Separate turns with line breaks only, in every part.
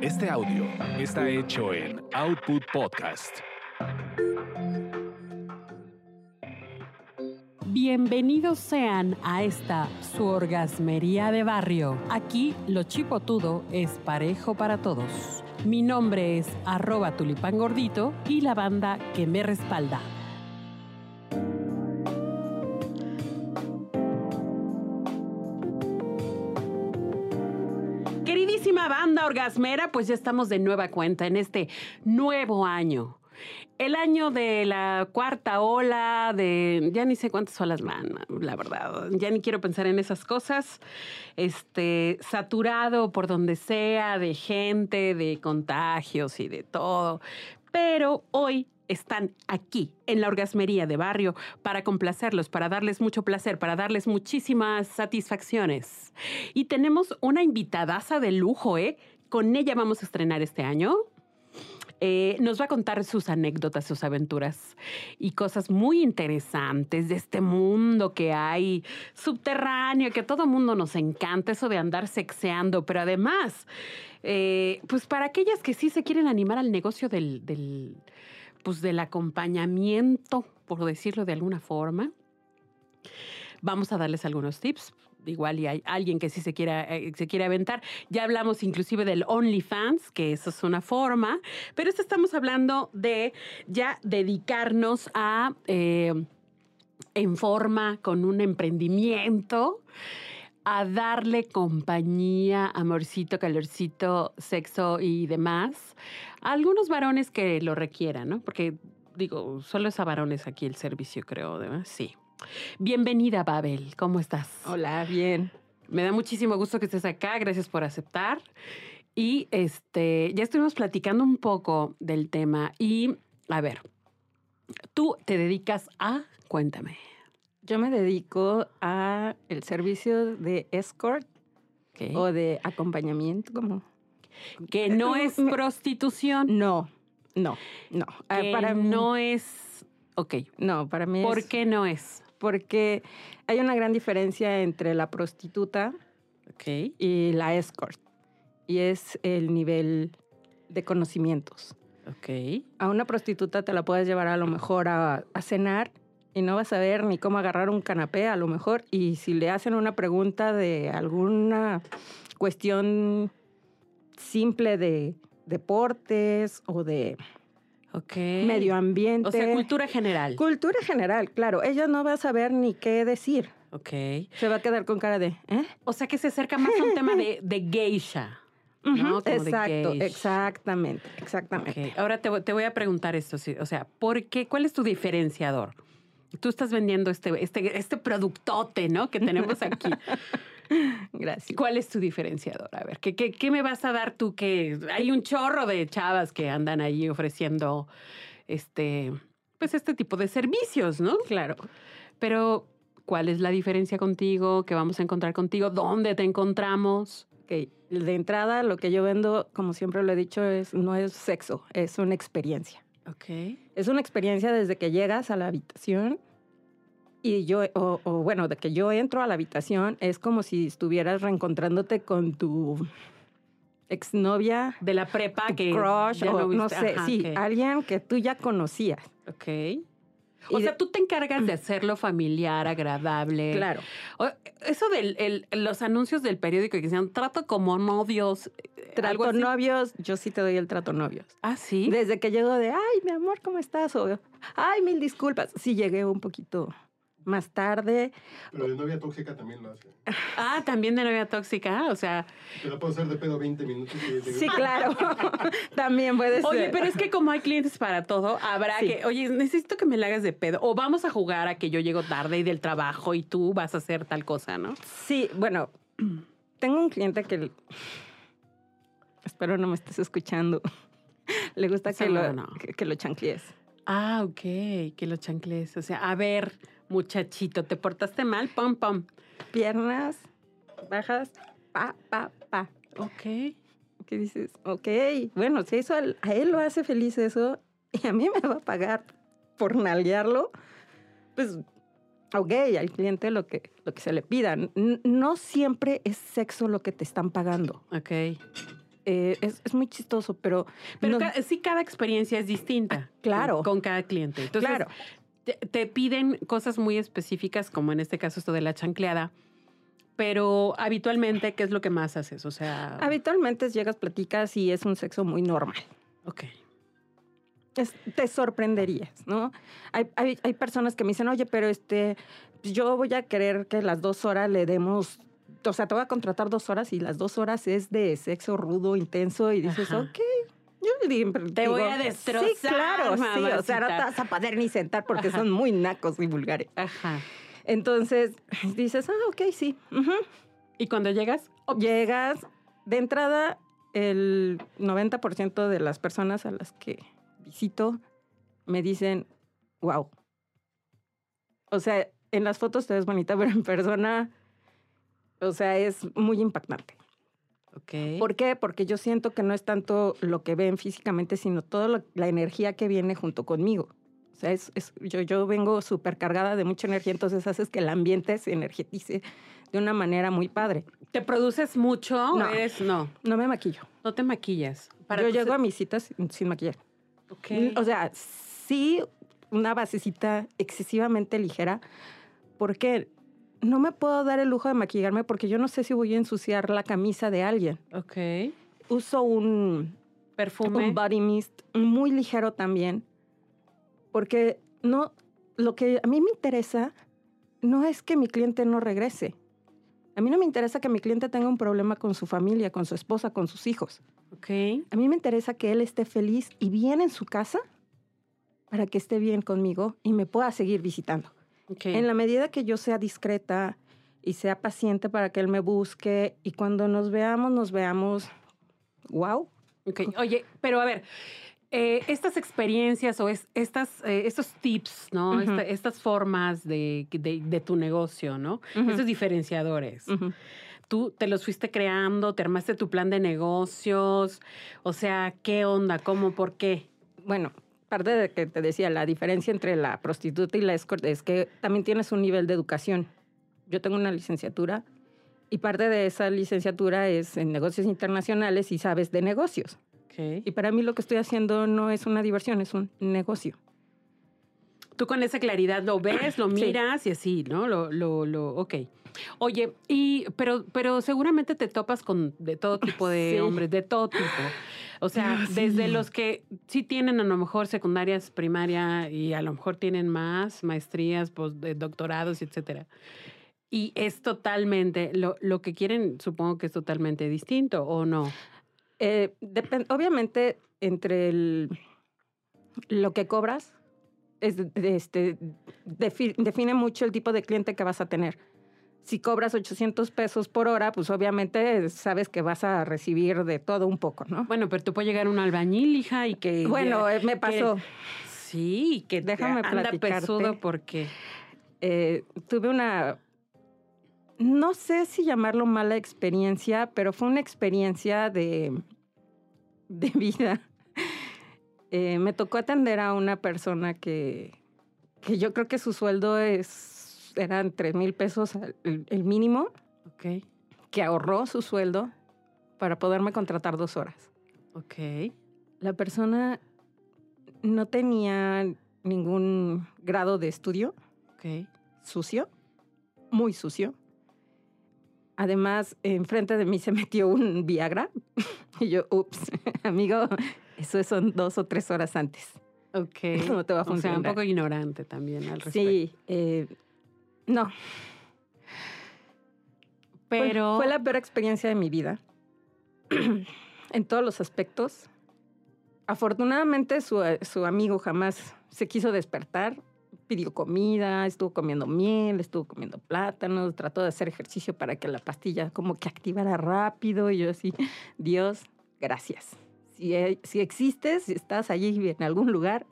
Este audio está hecho en Output Podcast.
Bienvenidos sean a esta su orgasmería de barrio. Aquí lo chipotudo es parejo para todos. Mi nombre es arroba tulipangordito y la banda que me respalda. Queridísima banda orgasmera, pues ya estamos de nueva cuenta en este nuevo año. El año de la cuarta ola, de ya ni sé cuántas olas van, la verdad, ya ni quiero pensar en esas cosas. Este, saturado por donde sea, de gente, de contagios y de todo. Pero hoy están aquí, en la orgasmería de barrio, para complacerlos, para darles mucho placer, para darles muchísimas satisfacciones. Y tenemos una invitadaza de lujo, ¿eh? Con ella vamos a estrenar este año. Eh, nos va a contar sus anécdotas, sus aventuras y cosas muy interesantes de este mundo que hay subterráneo, que a todo mundo nos encanta, eso de andar sexeando, pero además, eh, pues para aquellas que sí se quieren animar al negocio del, del, pues del acompañamiento, por decirlo de alguna forma, vamos a darles algunos tips. Igual y hay alguien que sí se quiera, eh, se quiere aventar. Ya hablamos inclusive del OnlyFans, que eso es una forma, pero esto estamos hablando de ya dedicarnos a eh, en forma con un emprendimiento, a darle compañía, amorcito, calorcito, sexo y demás. A algunos varones que lo requieran, ¿no? Porque digo, solo es a varones aquí el servicio, creo, ¿verdad? Sí. Bienvenida, Babel. ¿Cómo estás?
Hola, bien.
Me da muchísimo gusto que estés acá. Gracias por aceptar. Y este, ya estuvimos platicando un poco del tema. Y a ver, tú te dedicas a. Cuéntame.
Yo me dedico a el servicio de escort
¿ok?
o de acompañamiento, como
Que no es
Me-
prostitución.
no, no, no. Ah,
que
para mí-
no es. Ok.
no, para mí
¿Por
es
qué no es?
porque hay una gran diferencia entre la prostituta
Ok.
y la escort y es el nivel de conocimientos.
Ok.
A una prostituta te la puedes llevar a lo mejor a, a cenar y no vas a ver ni cómo agarrar un canapé a lo mejor. Y si le hacen una pregunta de alguna cuestión simple de deportes o de
Ok.
medio ambiente.
O sea, cultura general.
Cultura general, claro. Ella no va a saber ni qué decir.
ok.
Se va a quedar con cara de, ¿eh?
O sea, que se acerca más a un tema de, de geisha. ¿no? Como de
Exacto,
geisha.
exactamente, exactamente.
Ok, Ahora te, vo- te voy a preguntar esto, sí, o sea, ¿por qué? ¿Cuál es tu diferenciador? Tú estás vendiendo este, este, este productote, ¿no? Que tenemos aquí.
Gracias.
¿Cuál es tu diferenciador? A ver, ¿qué, qué, qué me vas a dar tú? Que hay un chorro de chavas que andan ahí ofreciendo este, pues este tipo de servicios, ¿no? Claro. Pero, ¿cuál es la diferencia contigo? ¿Qué vamos a encontrar contigo? ¿Dónde te encontramos?
Ok, de entrada lo que yo vendo, como siempre lo he dicho, es no es sexo, es una experiencia.
Ok.
Es una experiencia desde que llegas a la habitación y yo, o, o, bueno, de que yo entro a la habitación, es como si estuvieras reencontrándote con tu exnovia,
De la prepa
tu
Ah, que.
crush,
ya
o no,
viste.
sé,
Ajá,
sí,
ok.
alguien que tú ya conocías.
Ok. O
Y
sea,
de-
tú te encargas de hacerlo familiar, agradable.
Claro.
O- Eso de los anuncios del periódico que decían trato como novios. eh, algo
Trato
así.
novios, yo sí te doy el trato novios.
Ah, sí.
Desde que llego de, ay, mi amor, ¿cómo estás? O, ay, mil disculpas. Sí, llegué un poquito más tarde.
Pero de novia tóxica también lo hace.
Ah, también de novia tóxica. O sea,
Te la puedo hacer de pedo 20 minutos y te
Sí, claro. También puede ser.
oye, pero es que como hay clientes para todo, habrá
Sí.
que, oye, necesito que me la hagas de pedo. O vamos a jugar a que yo llego tarde y del trabajo y tú vas a hacer tal cosa, ¿no?
Sí, bueno, tengo un cliente que... l- Espero no me estés escuchando. Le gusta
Eso
que,
no,
lo,
no.
Que, que lo chanclees.
Ah, ok, que lo chancles. O sea, a ver, muchachito, te portaste mal, pam, pam.
Piernas bajas, pa, pa, pa.
Ok.
¿Qué dices? Ok, bueno, si eso al- a él lo hace feliz eso y a mí me va a pagar por nalguearlo, pues ok, al cliente lo que, lo que se le pida. N- No siempre es sexo lo que te están pagando.
Ok.
eh, es, es muy chistoso, pero...
Pero
no- Ah,
ca- sí, cada experiencia es distinta.
claro.
Con, con cada cliente. Entonces,
claro.
te, te piden cosas muy específicas, como en este caso esto de la chancleada. Pero habitualmente, ¿qué es lo que más haces? O sea,
Habitualmente llegas, platicas y es un sexo muy normal.
ok.
es- te sorprenderías, ¿no? Hay, hay- hay personas que me dicen, oye, pero este, yo voy a querer que las dos horas le demos, o sea, te voy a contratar dos horas y las dos horas es de sexo rudo, intenso, y dices,
Ajá.
ok. Yo siempre
Te voy a destrozar,
Sí, claro, sí. O sea, no te
mamacita".
vas a poder ni sentar porque
Ajá.
son muy nacos y vulgares.
Ajá.
Entonces dices, ah, ok, sí. ujú".
Y cuando llegas,
Llegas, de entrada, el 90% de las personas a las que visito me dicen, wow. O sea, en las fotos te ves bonita, pero en persona, o sea, es muy impactante.
ok.
¿Por qué? Porque yo siento que no es tanto lo que ven físicamente, sino toda la energía que viene junto conmigo. O sea, es, es- yo, yo vengo súper cargada de mucha energía, entonces haces que el ambiente se energetice de una manera muy padre.
¿Te produces mucho?
No.
Eres- no,
No me maquillo.
no te maquillas.
yo
tus-
llego a mis citas sin, sin maquillar.
Ok.
O sea, sí, una basecita excesivamente ligera, porque no me puedo dar el lujo de maquillarme porque yo no sé si voy a ensuciar la camisa de alguien.
ok.
Uso un,
Perfume.
un body mist muy ligero también, porque no, lo que a mí me interesa no es que mi cliente no regrese. A mí no me interesa que mi cliente tenga un problema con su familia, con su esposa, con sus hijos.
ok.
A mí me interesa que él esté feliz y bien en su casa para que esté bien conmigo y me pueda seguir visitando.
Ok.
En la medida que yo sea discreta y sea paciente para que él me busque y cuando nos veamos, nos veamos, wow.
Ok, Oye, pero a ver, eh, estas experiencias o es- estas, eh, estos tips, ¿no?
Ujú.
Esta- estas formas de, de- de tu negocio, ¿no? Estos diferenciadores. Tú te los fuiste creando, te armaste tu plan de negocios. O sea, ¿qué onda? ¿Cómo? ¿Por qué?
Bueno, parte de que te decía, la diferencia entre la prostituta y la escort es que también tienes un nivel de educación. Yo tengo una licenciatura y parte de esa licenciatura es en negocios internacionales y sabes de negocios. Y para mí lo que estoy haciendo no es una diversión, es un negocio.
Tú con esa claridad lo ves, lo
Sí.
miras y así, ¿no? Lo, lo, lo, ok. Oye, y, pero, pero seguramente te topas con de todo tipo de
Sí.
hombres, de todo tipo. O sea,
Ah, sí.
desde los que sí tienen a lo mejor secundarias, primaria y a lo mejor tienen más maestrías, pos- de doctorados, etcétera. Y es totalmente, lo, lo que quieren supongo que es totalmente distinto, ¿o no?
Eh, depen- obviamente, entre el- lo que cobras, es de- de- este, defi- define mucho el tipo de cliente que vas a tener. Si cobras 800 pesos por hora, pues obviamente sabes que vas a recibir de todo un poco, ¿no?
Bueno, pero tú puede llegar un albañil, hija, y que...
Bueno, eh, me pasó.
Sí, que
Déjame
anda
platicarte.
pesudo porque...
eh, tuve una, no sé si llamarlo mala experiencia, pero fue una experiencia de, de vida. Eh, me tocó atender a una persona que, que yo creo que su sueldo es, eran 3 mil pesos al- el, el mínimo,
Ok,
que ahorró su sueldo para poderme contratar dos horas.
ok.
La persona no tenía ningún grado de estudio.
Ok.
sucio, muy sucio. Además, enfrente de mí se metió un Viagra y yo, ups, amigo, eso son dos o tres horas antes.
Ok.
No te va a
O sea,
funcionar.
un poco ignorante también al respecto.
sí, eh, no, fue-
pero.
fue, la peor experiencia de mi vida en todos los aspectos. Afortunadamente, su, su amigo jamás se quiso despertar. Pidió comida, estuvo comiendo miel, estuvo comiendo plátanos, trató de hacer ejercicio para que la pastilla como que activara rápido. Y yo así, Dios, gracias. Si, eh, si existes, si estás allí en algún lugar,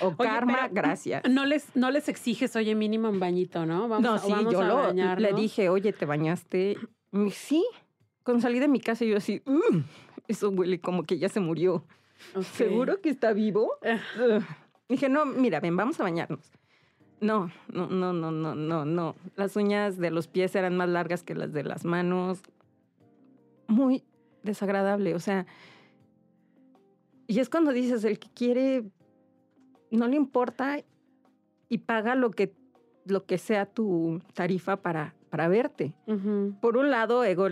o karma,
pero-
gracias.
No les, no les exiges, oye, mínimo un bañito, ¿no? Vamos,
No,
a-
sí,
vamos
yo
a
lo-
bañarnos.
le dije, oye, ¿te bañaste? Y me dijo, Sí. Cuando salí de mi casa, yo así, "Mm, eso huele como que ya se murió.
Ok.
¿Seguro que está vivo?
Ah.
Ugh. Dije, no, mira, ven, vamos a bañarnos. No, no, no, no, no, no, no. Las uñas de los pies eran más largas que las de las manos. Muy, desagradable. O sea, y es cuando dices, el que quiere, no le importa y paga lo que, lo que sea tu tarifa para, para verte.
Ujú.
Por un lado, ego,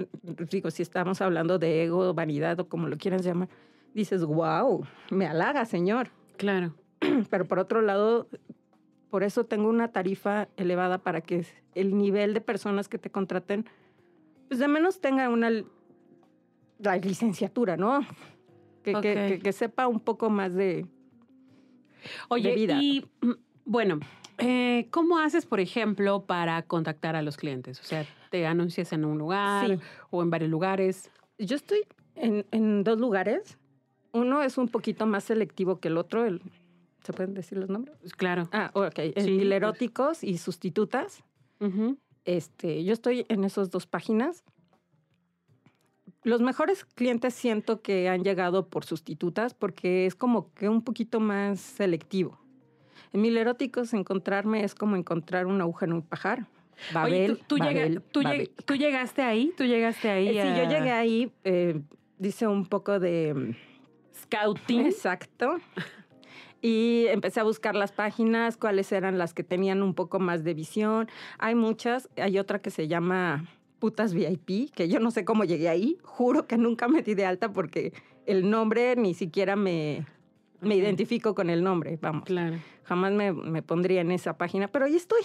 digo, si estamos hablando de ego, vanidad o como lo quieras llamar, dices, wow, me halaga, señor.
Claro.
Pero por otro lado, por eso tengo una tarifa elevada para que el nivel de personas que te contraten, pues de menos tenga una li- la licenciatura, ¿no? Que, que-
Ok.
que- que sepa un poco más de...
Oye,
de vida.
y mm, bueno, eh, ¿cómo haces, por ejemplo, para contactar a los clientes? O sea, te anuncias en un lugar
Sí.
o en varios lugares.
Yo estoy en, en dos lugares. Uno es un poquito más selectivo que el otro. el- ¿Se pueden decir los nombres?
Pues, claro.
Ah, ok. El
Sí, pues.
eróticos y sustitutas.
Ujú.
Este, yo estoy en esas dos páginas. Los mejores clientes siento que han llegado por sustitutas porque es como que un poquito más selectivo. En mil eróticos encontrarme es como encontrar una aguja en un pajar. Babel,
Oye, tú, tú llega-
Babel,
tú lleg-
Babel.
tú llegaste ahí, tú llegaste ahí.
Eh, sí, yo
a
llegué ahí, eh, dice un poco de... mm,
Scouting.
Exacto. Y empecé a buscar las páginas, cuáles eran las que tenían un poco más de visión. Hay muchas, hay otra que se llama Putas VIP, que yo no sé cómo llegué ahí. Juro que nunca me di de alta porque el nombre ni siquiera me, me identifico con el nombre, vamos.
Claro.
Jamás me, me pondría en esa página, pero ahí estoy.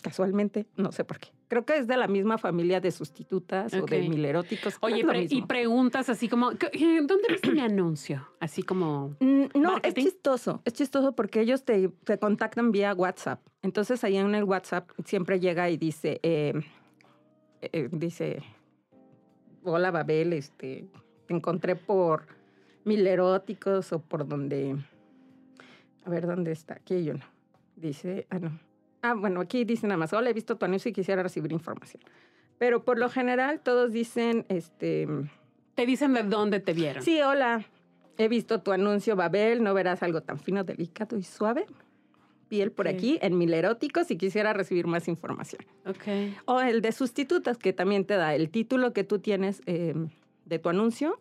Casualmente, no sé por qué. Creo que es de la misma familia de sustitutas o
Ok.
de mileróticos. que
Oye,
es lo
pre- y
mismo.
preguntas así como, ¿qué- eh, ¿dónde viste mi anuncio? Así como,
Mm, No,
¿Marketing?
es chistoso. Es chistoso porque ellos te, te contactan vía WhatsApp. Entonces ahí en el WhatsApp siempre llega y dice, eh, eh, dice, hola Babel, este, te encontré por mil eróticos o por donde, a ver dónde está. Aquí hay uno. Dice, ah no. Ah bueno, aquí dice nada más, hola he visto tu anuncio y quisiera recibir información. Pero por lo general todos dicen, este.
te dicen de dónde te vieron.
Sí, hola. He visto tu anuncio, Babel. ¿No verás algo tan fino, delicado y suave? Piel por
Ok.
aquí, en mil eróticos, si quisiera recibir más información.
Ok.
O el de sustitutas, que también te da el título que tú tienes eh, de tu anuncio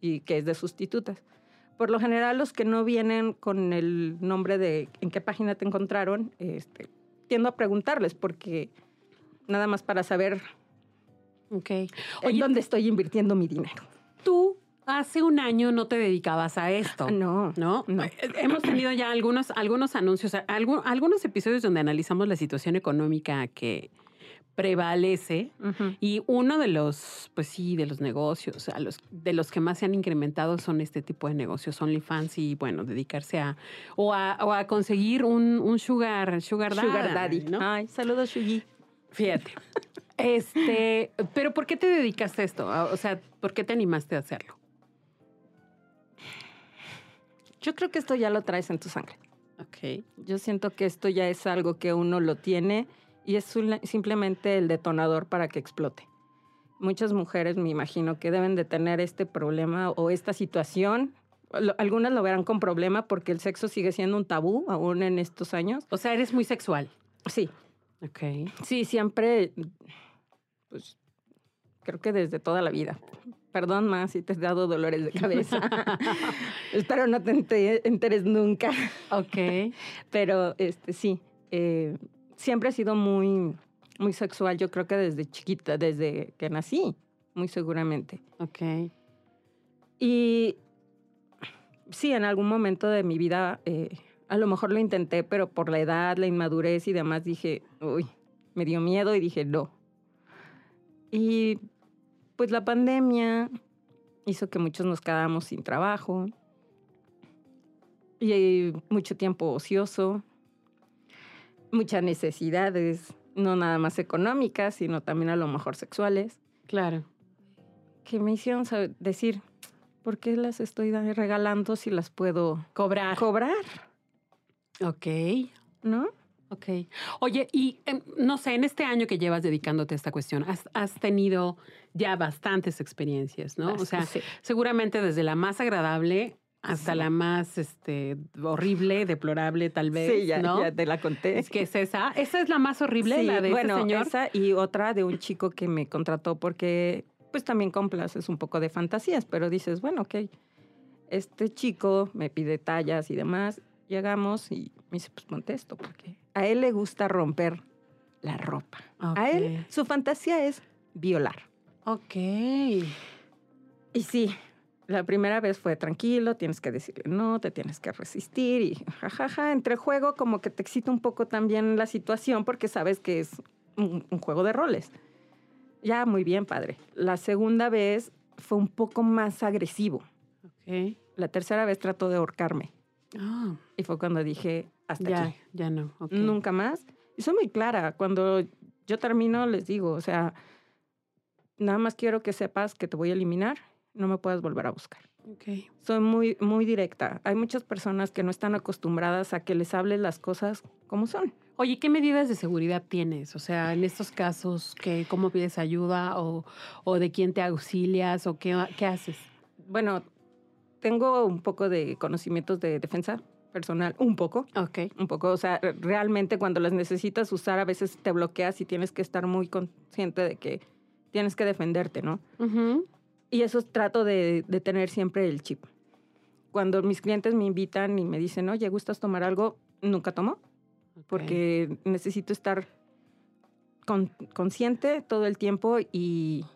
y que es de sustitutas. Por lo general, los que no vienen con el nombre de en qué página te encontraron, este, tiendo a preguntarles porque nada más para saber
Ok.
en
Oye,
dónde estoy invirtiendo mi dinero.
tú hace un año no te dedicabas a esto.
No,
¿No?
No.
Eh, Hemos tenido ya algunos, algunos anuncios, algu- algunos episodios donde analizamos la situación económica que prevalece
Ujú.
y uno de los, pues sí, de los negocios, a los, de los que más se han incrementado son este tipo de negocios, OnlyFans y bueno, dedicarse a, o a, o a conseguir un, un sugar, sugar daddy.
Sugar Daddy.
¿no?
Ay, saludos, Shugi.
Fíjate. Este, pero ¿por qué te dedicaste a esto? A- O sea, ¿por qué te animaste a hacerlo?
Yo creo que esto ya lo traes en tu sangre.
Ok.
Yo siento que esto ya es algo que uno lo tiene y es un- simplemente el detonador para que explote. Muchas mujeres, me imagino, que deben de tener este problema o esta situación. Lo- Algunas lo verán con problema porque el sexo sigue siendo un tabú aún en estos años.
O sea, eres muy sexual.
Sí,
Ok.
sí, siempre, pues, creo que desde toda la vida. Perdón, más si te has dado dolores de cabeza. Espero no te ente- enteres nunca.
Ok.
Pero este, sí, eh, siempre he sido muy, muy sexual, yo creo que desde chiquita, desde que nací, muy seguramente.
Ok.
Y sí, en algún momento de mi vida, eh, a lo mejor lo intenté, pero por la edad, la inmadurez y demás, dije, uy, me dio miedo y dije, no. Y pues la pandemia hizo que muchos nos quedáramos sin trabajo y eh, mucho tiempo ocioso, muchas necesidades, no nada más económicas, sino también a lo mejor sexuales
Claro.
que me hicieron saber- decir, ¿por qué las estoy da- regalando si las puedo
Cobrar.
cobrar?
ok.
¿No?
Ok. Oye, y em, no sé, en este año que llevas dedicándote a esta cuestión, has, has tenido ya bastantes experiencias, ¿no? O sea,
Sí.
seguramente desde la más agradable hasta
Sí.
la más este, horrible, deplorable, tal vez.
Sí, ya,
¿no?
ya te la conté.
Es que es esa. Esa es la más horrible,
Sí,
la de ese
bueno,
señor.
esa y otra de un chico que me contrató porque pues, pues también complaces un poco de fantasías, pero dices, bueno, ok, este chico me pide tallas y demás. Llegamos y me dice, pues ponte esto, porque a él le gusta romper la ropa. A él, su fantasía es violar.
Ok.
Y sí, la primera vez fue tranquilo, tienes que decirle no, te tienes que resistir y jajaja, entre juego como que te excita un poco también la situación porque sabes que es un, un juego de roles. Ya, muy bien, padre. La segunda vez fue un poco más agresivo.
Ok.
La tercera vez trató de ahorcarme
Ah,
y fue cuando dije, hasta
ya,
aquí
ya no. ok.
nunca más. Y soy muy clara. Cuando yo termino, les digo, o sea, nada más quiero que sepas que te voy a eliminar, no me puedas volver a buscar.
Ok.
Soy muy, muy directa. Hay muchas personas que no están acostumbradas a que les hables las cosas como son.
Oye, ¿qué medidas de seguridad tienes? O sea, en estos casos, ¿qué, ¿cómo pides ayuda o, o de quién te auxilias o qué, qué haces?
Bueno, tengo un poco de conocimientos de defensa personal, un poco.
Ok.
Un poco, o sea, realmente cuando las necesitas usar, a veces te bloqueas y tienes que estar muy consciente de que tienes que defenderte, ¿no? Y eso trato de, de tener siempre el chip. Cuando mis clientes me invitan y me dicen, oye, ¿gustas tomar algo? Nunca tomo porque necesito estar con- consciente todo el tiempo y,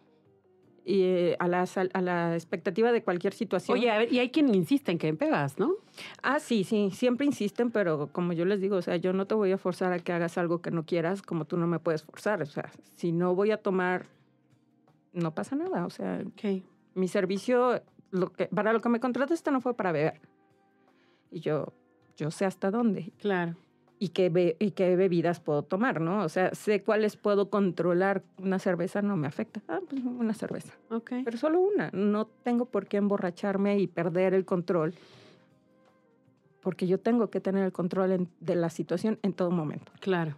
y, eh, a, la, sal- a la expectativa de cualquier situación.
Oye, a ver, y hay quien insiste en que pegas, ¿no?
Ah, sí, sí, siempre insisten, pero como yo les digo, o sea, yo no te voy a forzar a que hagas algo que no quieras, como tú no me puedes forzar. O sea, si no voy a tomar, no pasa nada. O sea,
Ok.
mi servicio, lo que, para lo que me contrataste no fue para beber. Y yo, yo sé hasta dónde
Claro.
y qué, be- y qué bebidas puedo tomar, ¿no? O sea, sé cuáles puedo controlar. Una cerveza no me afecta. Ah, pues una cerveza.
Ok.
Pero solo una. No tengo por qué emborracharme y perder el control. Porque yo tengo que tener el control en- de la situación en todo momento.
Claro.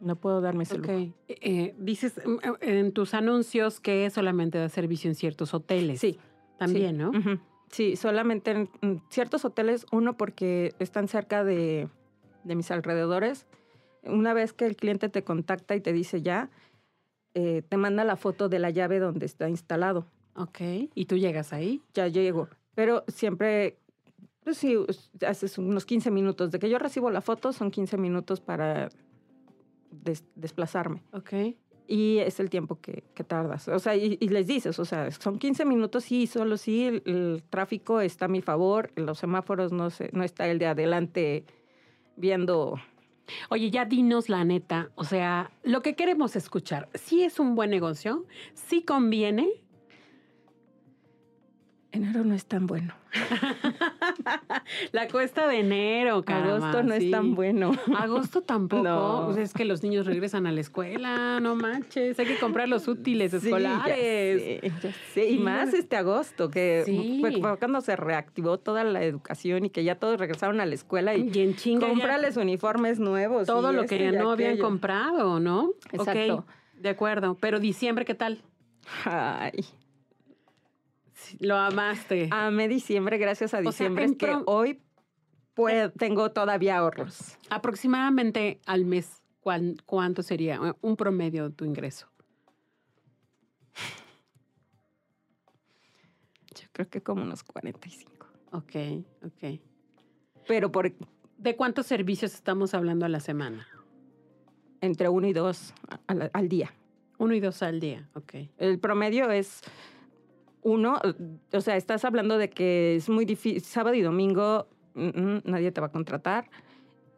No puedo darme ese
Ok.
lujo.
Eh, eh, dices mm, eh, en tus anuncios que solamente da servicio en ciertos hoteles.
Sí.
También,
Sí.
¿no?
Ujú. Sí, solamente en en ciertos hoteles, uno porque están cerca de, de mis alrededores. Una vez que el cliente te contacta y te dice ya, eh, te manda la foto de la llave donde está instalado.
Ok. Y tú llegas ahí.
Ya llego. Pero siempre, pues sí, us- haces unos 15 minutos. De que yo recibo la foto, son 15 minutos para des- desplazarme.
Ok.
Y es el tiempo que, que tardas. O sea, y, y les dices, o sea, son 15 minutos, sí, solo sí, el, el tráfico está a mi favor, los semáforos no, se, no está el de adelante viendo.
Oye, ya dinos la neta. O sea, lo que queremos escuchar. ¿Sí es un buen negocio? ¿Sí conviene?
Enero no es tan bueno.
La cuesta de enero, caramba,
Agosto no
Ah, sí.
es tan bueno.
Agosto tampoco.
No.
Pues es que los niños regresan a la escuela, no manches. Hay que comprar los útiles
Sí, ya
escolares.
sé, ya sé.
Sí,
Y más
no-
este agosto, que
Sí.
fue, fue cuando se reactivó toda la educación y que ya todos regresaron a la escuela y
Y en chinga. ya
comprarles uniformes nuevos.
todo
y
lo
esto
que
y
no habían
aquello.
comprado, ¿no?
Exacto.
Ok, de acuerdo. Pero diciembre, ¿qué tal?
Ay.
Sí, Lo amaste.
Amé diciembre, gracias a
sea,
diciembre
en
es que
prom-
hoy pue- tengo todavía ahorros.
Aproximadamente al mes, ¿cuán- ¿cuánto sería eh, un promedio de tu ingreso?
Yo creo que como unos 45.
Ok, ok.
Pero por
¿De cuántos servicios estamos hablando a la semana?
entre uno y dos a- a la- al día.
Uno y dos al día, ok.
El promedio es uno, o sea, estás hablando de que es muy difícil, sábado y domingo mm, mm, nadie te va a contratar.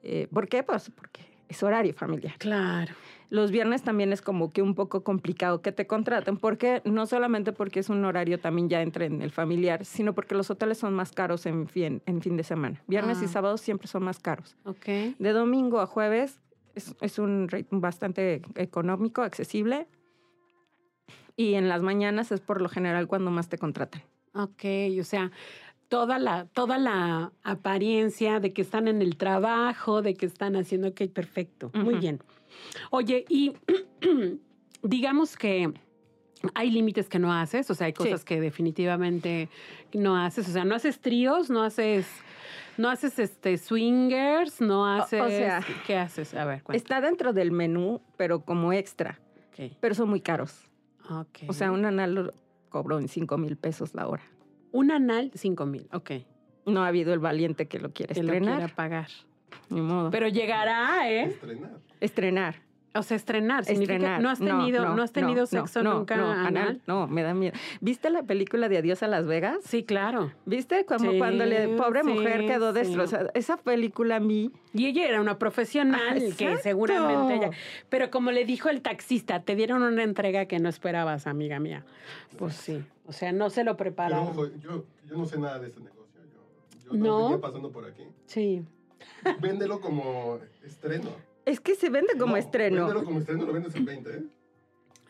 Eh, ¿Por qué? Pues porque es horario familiar.
Claro.
Los viernes también es como que un poco complicado que te contraten, porque no solamente porque es un horario también ya entra en el familiar, sino porque los hoteles son más caros en fin, en fin de semana. Viernes
Ah.
y sábados siempre son más caros.
Ok.
De domingo a jueves es, es un rate bastante económico, accesible. Y en las mañanas es por lo general cuando más te contratan.
Ok, o sea, toda la, toda la apariencia de que están en el trabajo, de que están haciendo, ok, perfecto, muy
Ujú.
bien. Oye, y digamos que hay límites que no haces, o sea, hay cosas que definitivamente no haces, o sea, no haces tríos, no haces, no haces este swingers, no haces,
sea,
¿qué haces? A ver, cuéntame.
Está dentro del menú, pero como extra,
Ok,
pero son muy caros.
ok.
O sea, un anal cobro en 5 mil pesos la hora.
Un anal, 5 mil. Ok.
No ha habido el valiente que lo quiera
Que lo quiera
estrenar.
pagar.
Ni modo.
Pero llegará, ¿eh?
Estrenar.
estrenar.
O sea, estrenar. significa-
estrenar.
No has tenido, no, has tenido
no,
sexo
no,
nunca
no,
anal.
No, me da miedo. ¿Viste la película de Adiós a Las Vegas?
Sí, claro.
¿Viste como
Sí,
cuando la pobre
sí,
mujer quedó
sí.
destrozada? Esa película a mí.
Y ella era una profesional
Ah,
que
exacto.
seguramente ella. Pero como le dijo el taxista, te dieron una entrega que no esperabas, amiga mía. Pues sí. O sea, no se lo
Pero
prepararon.
ojo, yo, yo no sé nada de este negocio. Yo, yo
No.
no. venía pasando por aquí.
Sí.
Véndelo como estreno.
Es que se vende como
No,
estreno.
Véndelo como estreno, lo vendes en 20, ¿eh?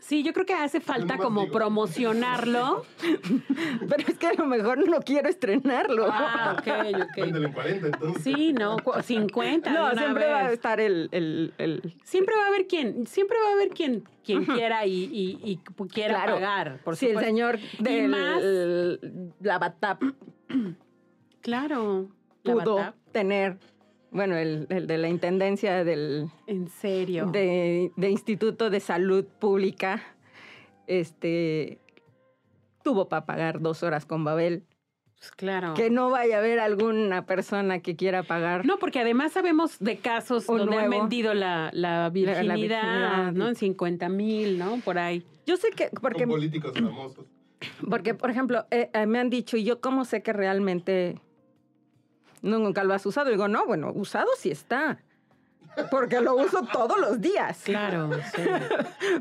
Sí, yo creo que hace falta
nomás
como
digo.
promocionarlo.
Pero es que a lo mejor no quiero estrenarlo.
ah, ok, ok.
Véndelo en 40, entonces.
Sí, no, cu- 50. de
no,
una
siempre va a
vez.
estar el. el- el-
Siempre va a haber quien, siempre va a haber quien, quien quiera y, y- y pu- quiera
Claro.
pagar, por
si el
supuesto.
señor del.
más-
la batap
Claro. la
pudo
batap.
tener. Bueno, el, el de la intendencia del,
En serio.
de, de Instituto de Salud Pública, este, tuvo para pagar dos horas con Babel.
Pues claro.
Que no vaya a haber alguna persona que quiera pagar.
No, porque además sabemos de casos
Un
donde han
nuevo.
vendido la, la
La- la
virginidad,
virginidad.
¿no? En 50 mil, ¿no? Por ahí.
Yo sé que, porque,
Con políticos famosos.
porque por ejemplo, eh, eh, me han dicho, y yo cómo sé que realmente nunca lo has usado. Digo, no, bueno, usado sí está. Porque lo uso todos los días.
Claro, sí.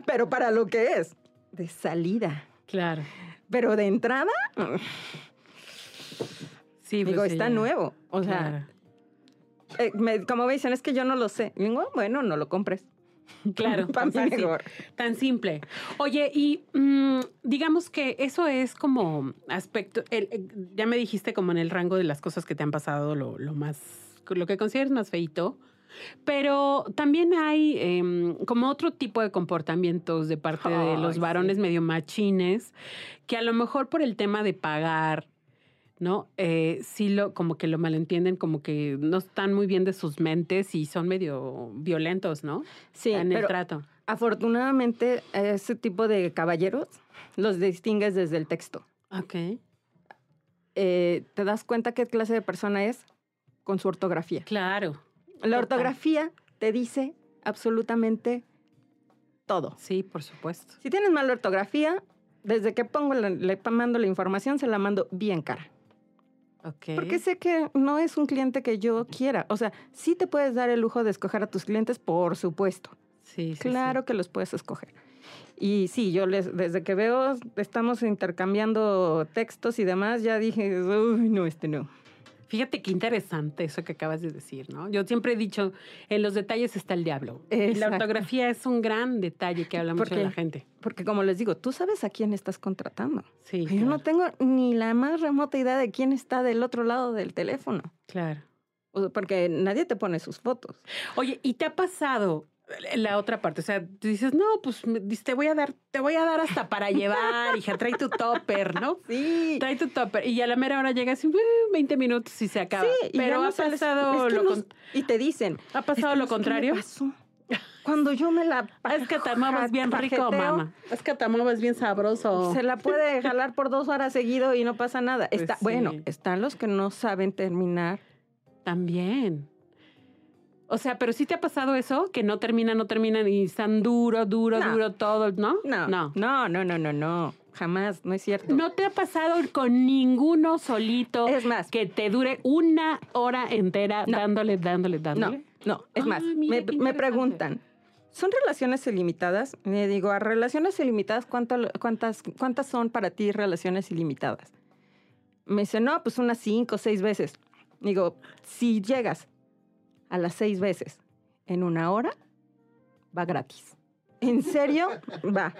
Pero para lo que es, de salida.
Claro.
Pero de entrada,
Sí,
digo,
pues,
está
sí,
nuevo. O sea,
Claro.
Eh, me- como me dicen, es que yo no lo sé. Y digo, bueno, no lo compres.
Claro,
Para mí
tan fácil.
mejor.
Tan simple. Oye, y mm, digamos que eso es como aspecto, el- el- ya me dijiste como en el rango de las cosas que te han pasado, lo, lo más, lo que consideras más feito, pero también hay em, como otro tipo de comportamientos de parte de
Ay,
los
sí.
varones medio machines, que a lo mejor por el tema de pagar, ¿no? Eh, sí lo, como que lo malentienden, como que no están muy bien de sus mentes y son medio violentos, ¿no?
Sí,
en el
pero
trato.
afortunadamente a ese tipo de caballeros los distingues desde el texto.
Ok.
Eh, te das cuenta qué clase de persona es con su ortografía.
Claro,
La
Total.
ortografía te dice absolutamente todo.
sí, por supuesto.
Si tienes mala ortografía, desde que pongo la- le mando la información, se la mando bien cara.
Ok.
Porque sé que no es un cliente que yo quiera. O sea, sí te puedes dar el lujo de escoger a tus clientes, por supuesto.
Sí, sí, sí.
Claro que los puedes escoger. Y sí, yo les, desde que veo, estamos intercambiando textos y demás, ya dije, uy, no, este no.
Fíjate qué interesante eso que acabas de decir, ¿no? Yo siempre he dicho, en los detalles está el diablo. Y La
Exacto.
ortografía es un gran detalle que habla mucho
¿Por
de la
qué?
gente.
Porque como les digo, tú sabes a quién estás contratando.
Sí,
Yo no
claro.
tengo ni la más remota idea de quién está del otro lado del teléfono.
claro.
O sea, Porque nadie te pone sus fotos.
Oye, ¿y te ha pasado la otra parte? O sea, tú dices, no, pues me- dices, te voy a dar, te voy a dar hasta para llevar, hija, trae tu topper, ¿no?
Sí.
Trae tu topper. Y a la mera hora llegas y "Uy, 20 minutos y se acaba.
Sí, y ya
Pero
no
ha
sales-
pasado,
es que
lo,
no-
con-
Y te dicen,
ha pasado
"Es que
lo
no sé qué me
contrario.
pasó. Cuando yo me la
Ah, Es que Tamaulipas bien rico,
pajeteo,
mamá. Es que Tamaulipas bien sabroso.
Se la puede jalar por dos horas seguido y no pasa nada.
Pues
Está,
sí.
Bueno, están los que no saben terminar.
También. O sea, pero sí te ha pasado eso, que no terminan, no terminan y están duro, duro,
No.
duro todo, ¿no?
No,
No.
no, no, no, no, no, Jamás, no es cierto.
No te ha pasado con ninguno solito
Es más,
que te dure una hora entera
No.
dándole, dándole,
no,
dándole.
no, es
Ah,
más,
mira,
me,
qué
me
interesante.
preguntan, ¿son relaciones ilimitadas? Le digo, a relaciones ilimitadas, cuánto, cuántas, ¿cuántas son para ti relaciones ilimitadas? Me dice, no, pues unas cinco o seis veces. Digo, si llegas a las seis veces en una hora, va gratis. ¿En serio? va.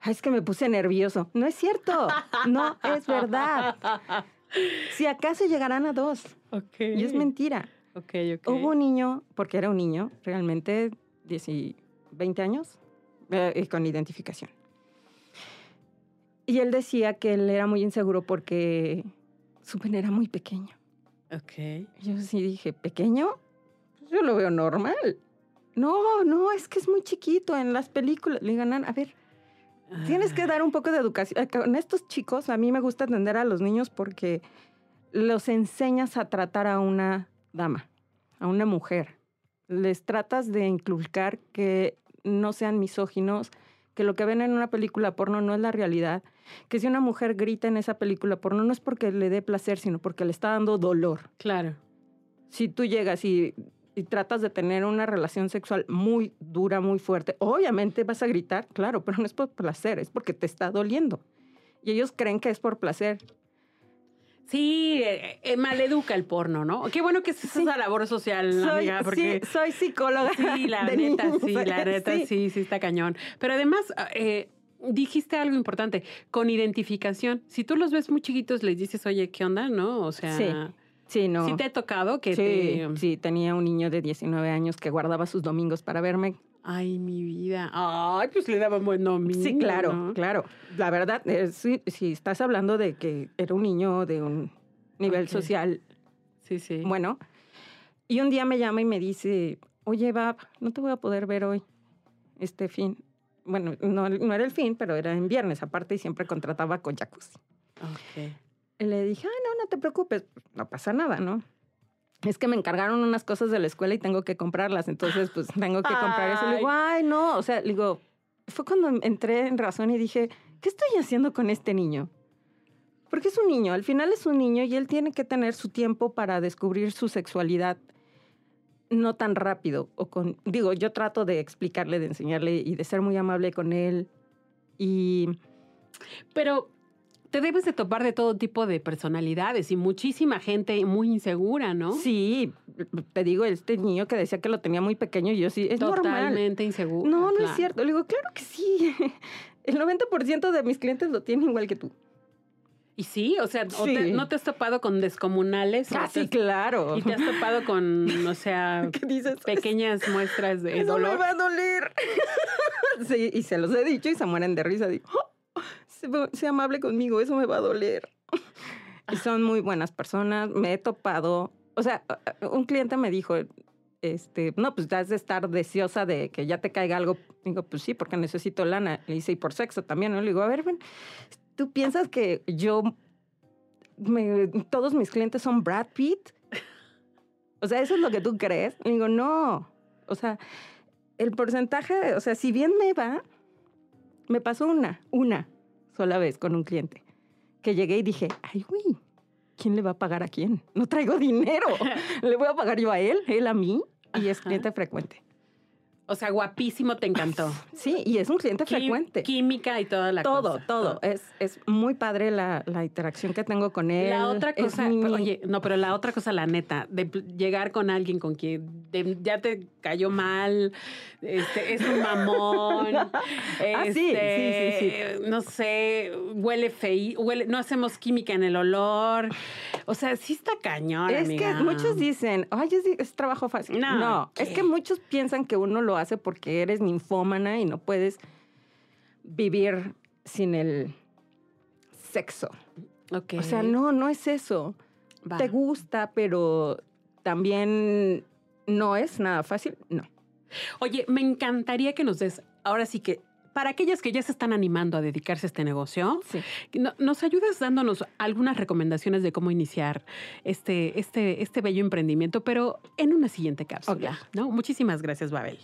Ay, es que me puse nervioso. No es cierto. No es verdad. Si acaso llegarán a dos.
Ok.
Y es mentira.
Ok, ok.
Hubo un niño, porque era un niño, realmente 10 y 20 años, eh, y con identificación. Y él decía que él era muy inseguro porque su pene era muy pequeño.
Ok.
Y Yo sí dije, ¿pequeño? Yo lo veo normal. No, no, es que es muy chiquito en las películas. Le digo, "Nan, a ver,
Ah,
Tienes que dar un poco de educación. Eh, Con estos chicos, a mí me gusta atender a los niños porque los enseñas a tratar a una dama, a una mujer. Les tratas de inculcar que no sean misóginos, que lo que ven en una película porno no es la realidad, que si una mujer grita en esa película porno no es porque le dé placer, sino porque le está dando dolor.
Claro.
Si tú llegas y, y tratas de tener una relación sexual muy dura, muy fuerte, obviamente vas a gritar, claro, pero no es por placer, es porque te está doliendo. Y ellos creen que es por placer.
Sí, eh, eh, maleduca el porno, ¿no? Qué bueno que es
Sí.
esa labor social,
Soy,
amiga,
sí,
porque...
soy psicóloga.
Sí, la
de
neta,
niños,
sí, la neta, sí. sí, está cañón. Pero además, eh, dijiste algo importante, con identificación. Si tú los ves muy chiquitos, les dices, oye, ¿qué onda? ¿No? O sea,
Sí,
sí,
Sí, no.
te ha tocado que
sí,
te...
sí, tenía un niño de 19 años que guardaba sus domingos para verme.
Ay, mi vida. Ay, pues le daban buen domingo.
Sí, claro,
¿no?
claro. La verdad, eh, sí, si estás hablando de que era un niño de un nivel
Ok.
social
Sí, sí.
Bueno, y un día me llama y me dice, oye, Bab, no te voy a poder ver hoy, este fin. Bueno, no, no era el fin, pero era en viernes aparte y siempre contrataba con jacuzzi.
Ok.
Y le dije, ah, no, no te preocupes, no pasa nada, ¿no? Es que me encargaron unas cosas de la escuela y tengo que comprarlas, entonces pues tengo que comprar eso. Le digo, ay, no, o sea, le digo, fue cuando entré en razón y dije, ¿qué estoy haciendo con este niño? Porque es un niño, al final es un niño y él tiene que tener su tiempo para descubrir su sexualidad no tan rápido o con digo, yo trato de explicarle, de enseñarle y de ser muy amable con él y
Pero te debes de topar de todo tipo de personalidades y muchísima gente muy insegura, ¿no?
Sí, te digo, este niño que decía que lo tenía muy pequeño, y yo sí, es normal.
Totalmente insegura.
No, no
claro.
es cierto. Le digo, claro que sí. El 90% de mis clientes lo tienen igual que tú.
Y sí, o sea, o
Sí.
te- no te has topado con descomunales. o
Ah,
te
sí,
has-
claro.
Y te has topado con, o sea,
¿Qué dices?
pequeñas muestras de
Eso me
dolor.
va a doler. sí, y se los he dicho y se mueren de risa. Digo, "Oh, sé- sé amable conmigo, eso me va a doler. y son muy buenas personas. Me he topado. O sea, un cliente me dijo, este, no, pues ya has de estar deseosa de que ya te caiga algo. Digo, pues sí, porque necesito lana. Le dice, y por sexo también. ¿no? Le digo, a ver, ven, ¿tú piensas que yo, me- todos mis clientes son Brad Pitt? O sea, ¿eso es lo que tú crees? Le digo, no. O sea, el porcentaje, o sea, si bien me va, me pasó una, una sola vez con un cliente, que llegué y dije, ay, güey, ¿quién le va a pagar a quién? No traigo dinero. ¿Le voy a pagar yo a él, él a mí? Y es
Ajá.
cliente frecuente.
O sea, guapísimo, te encantó.
Sí, y es un cliente
Quí-
frecuente.
Química y toda la
todo,
cosa. Ah.
todo. Es, es muy padre la, la interacción que tengo con él.
La otra
Es
cosa,
mi-
oye, no, pero la otra cosa, la neta, de pl- llegar con alguien con quien de- ya te cayó mal, este, es un mamón,
Ah, sí, sí, sí,
este, no sé, huele feo, huele, no hacemos química en el olor, o sea, sí está cañón,
es
amiga.
que muchos dicen, ay, es, es trabajo fácil.
No,
No, es
¿qué?
que muchos piensan que uno lo hace porque eres ninfómana y no puedes vivir sin el sexo.
Ok,
O sea, no, no es eso.
va.
Te gusta, pero también no es nada fácil. No.
Oye, me encantaría que nos des, ahora sí que, para aquellas que ya se están animando a dedicarse a este negocio,
Sí.
No- ¿Nos ayudas dándonos algunas recomendaciones de cómo iniciar este, este, este bello emprendimiento, pero en una siguente cápsula? ¿no? Muchísimas gracias, Babel.